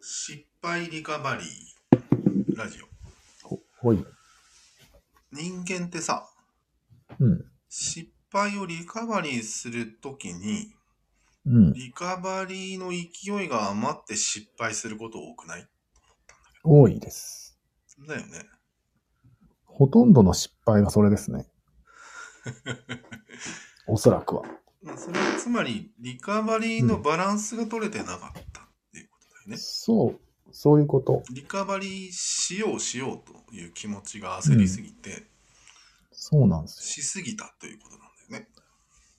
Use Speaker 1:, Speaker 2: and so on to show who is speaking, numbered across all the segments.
Speaker 1: 失敗リカバリーラジオ。
Speaker 2: ほい。
Speaker 1: 人間ってさ、
Speaker 2: うん。
Speaker 1: 失敗をリカバリーするときに、
Speaker 2: うん。
Speaker 1: リカバリーの勢いが余って失敗すること多くない
Speaker 2: 多いです。
Speaker 1: だよね。
Speaker 2: ほとんどの失敗がそれ ですね。おそらくは。
Speaker 1: まあそれはつまり、リカバリーのバランスが取れてなかったっていうことだよね。
Speaker 2: そう、そういうこと。
Speaker 1: リカバリーしようしようという気持ちが焦りすぎて、
Speaker 2: そうなんですよ。
Speaker 1: しすぎたということなんだよね。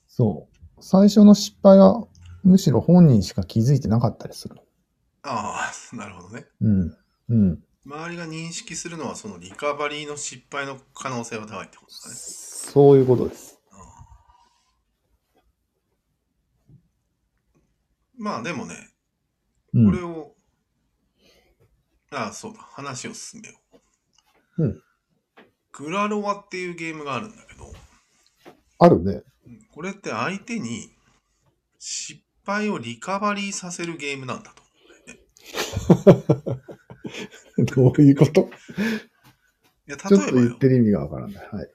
Speaker 2: そう。最初の失敗は、むしろ本人しか気づいてなかったりする。
Speaker 1: ああ、なるほどね。
Speaker 2: うん。うん。
Speaker 1: 周りが認識するのはそのリカバリーの失敗の可能性が高いってことだね。
Speaker 2: そういうことです。
Speaker 1: うんまあでもね、
Speaker 2: う
Speaker 1: これ
Speaker 2: ん。
Speaker 1: を、ああ、そうだ、話を進めよう。
Speaker 2: うん
Speaker 1: グラロワっていうゲームがあるんだけど、
Speaker 2: あるね。
Speaker 1: うんこれって相手に失敗をリカバリーさせるゲームなんだと。
Speaker 2: どういうこと
Speaker 1: いや
Speaker 2: ちょっ
Speaker 1: 例えば
Speaker 2: と言
Speaker 1: よ
Speaker 2: って、る意味がわからない。はい。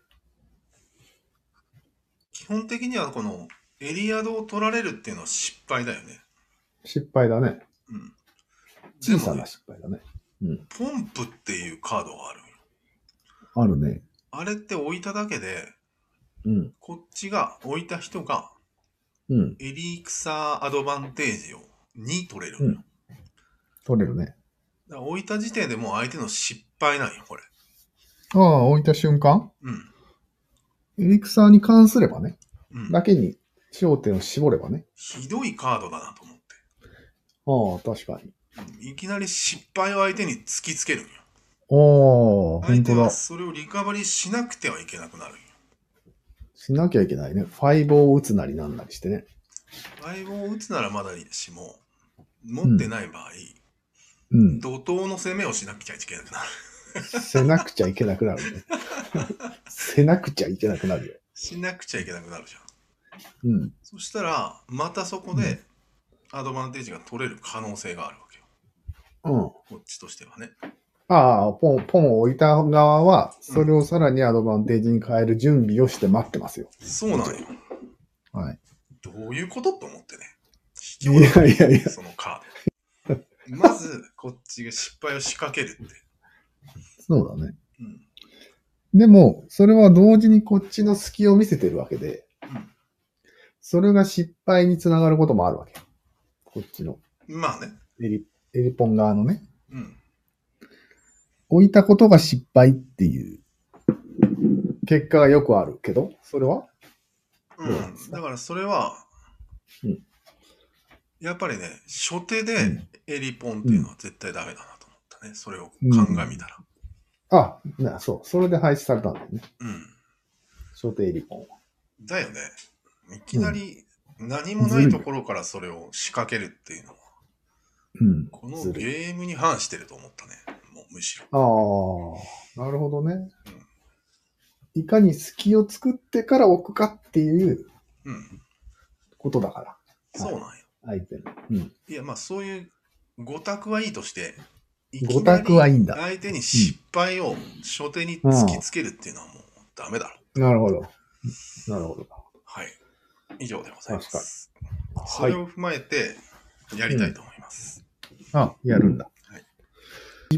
Speaker 1: 基本的にはこのエリアドを取られるっていうのは失敗だよね。
Speaker 2: 失敗だね。
Speaker 1: うん。で
Speaker 2: 小さ
Speaker 1: もね
Speaker 2: な、失敗だね。
Speaker 1: ポンプっていうカードがあるんよ
Speaker 2: あるね。
Speaker 1: あれって置いただけで、
Speaker 2: うん。
Speaker 1: こっちが置いた人が
Speaker 2: うん。
Speaker 1: エリクサーアドバンテージを2取れるのよ。
Speaker 2: うん取れるね。
Speaker 1: だから置いた時点でもう相手の失敗なんよ、これ。
Speaker 2: ああ、置いた瞬間
Speaker 1: うん。
Speaker 2: エリクサーに関すればね。
Speaker 1: うん、
Speaker 2: だけに焦点を絞ればね。
Speaker 1: ひどいカードだなと思って。
Speaker 2: ああ、確かに。
Speaker 1: うんいきなり失敗を相手に突きつけるんよ。
Speaker 2: ああ、
Speaker 1: 相
Speaker 2: 本
Speaker 1: 手
Speaker 2: 当
Speaker 1: は
Speaker 2: だ。
Speaker 1: それをリカバリーしなくてはいけなくなるんよ。
Speaker 2: しなきゃいけないね。ファイブを打つなりなんなりしてね。
Speaker 1: 相棒を打つならまだいいしも、持ってない場合、
Speaker 2: うん。
Speaker 1: 怒涛の攻めをしなくちゃいけなくなる。
Speaker 2: せなくちゃいけなくな るね。せなくちゃいけなくなるよ。
Speaker 1: しなくちゃいけなくなるじゃん。
Speaker 2: うん。
Speaker 1: そしたら、またそこでアドバンテージが取れる可能性があるわけよ。
Speaker 2: うん。
Speaker 1: こっちとしてはね。
Speaker 2: ああ、ポン、ポンを置いた側は、それをさらにアドバンテージに変える準備をして待ってますよ。
Speaker 1: そうなんよ。
Speaker 2: はい。
Speaker 1: どういうことと思ってね。
Speaker 2: い
Speaker 1: 卑怯だ
Speaker 2: やいやいや、
Speaker 1: そのカード。まず、こっちが失敗を仕掛けるって。
Speaker 2: そうだね。
Speaker 1: うん。
Speaker 2: でも、それは同時にこっちの隙を見せてるわけで
Speaker 1: うん、
Speaker 2: それが失敗につながることもあるわけ。こっちの。
Speaker 1: まあね。
Speaker 2: エリ、エリポン側のね、
Speaker 1: うん。
Speaker 2: 置いたことが失敗っていう、結果がよくあるけど、それは
Speaker 1: う
Speaker 2: そうなんで
Speaker 1: ん、
Speaker 2: す
Speaker 1: だからそれは、
Speaker 2: うん
Speaker 1: やっぱりね、初手
Speaker 2: う
Speaker 1: で
Speaker 2: ん
Speaker 1: エリポンっていうのは絶対ダメだなと思ったね。それを
Speaker 2: うん
Speaker 1: 鑑みたら。
Speaker 2: あ、な、そう、それで廃止されたんだよね。
Speaker 1: うん。
Speaker 2: 所定エリポンは。
Speaker 1: だよね。いきなり何もないところからそれを仕掛けるっていうのは、
Speaker 2: うん。
Speaker 1: この
Speaker 2: ずるい
Speaker 1: ゲームに反してると思ったね。もうむしろ。
Speaker 2: ああ、なるほどね。いかに隙を作ってから置くかっていう
Speaker 1: うん。
Speaker 2: ことだから、
Speaker 1: そうなんよ。
Speaker 2: 相手の。うん。
Speaker 1: いや、まあそういう五択はいいとして、
Speaker 2: 五択はいいんだ
Speaker 1: きなり相手に失敗を初手に突きつけるっていうのはもうダメだろ。
Speaker 2: なるほど。なるほど。
Speaker 1: はい。以上でございます。そ
Speaker 2: は
Speaker 1: れ
Speaker 2: い。
Speaker 1: を踏まえてやりたいと思います。
Speaker 2: あ、やるんだ。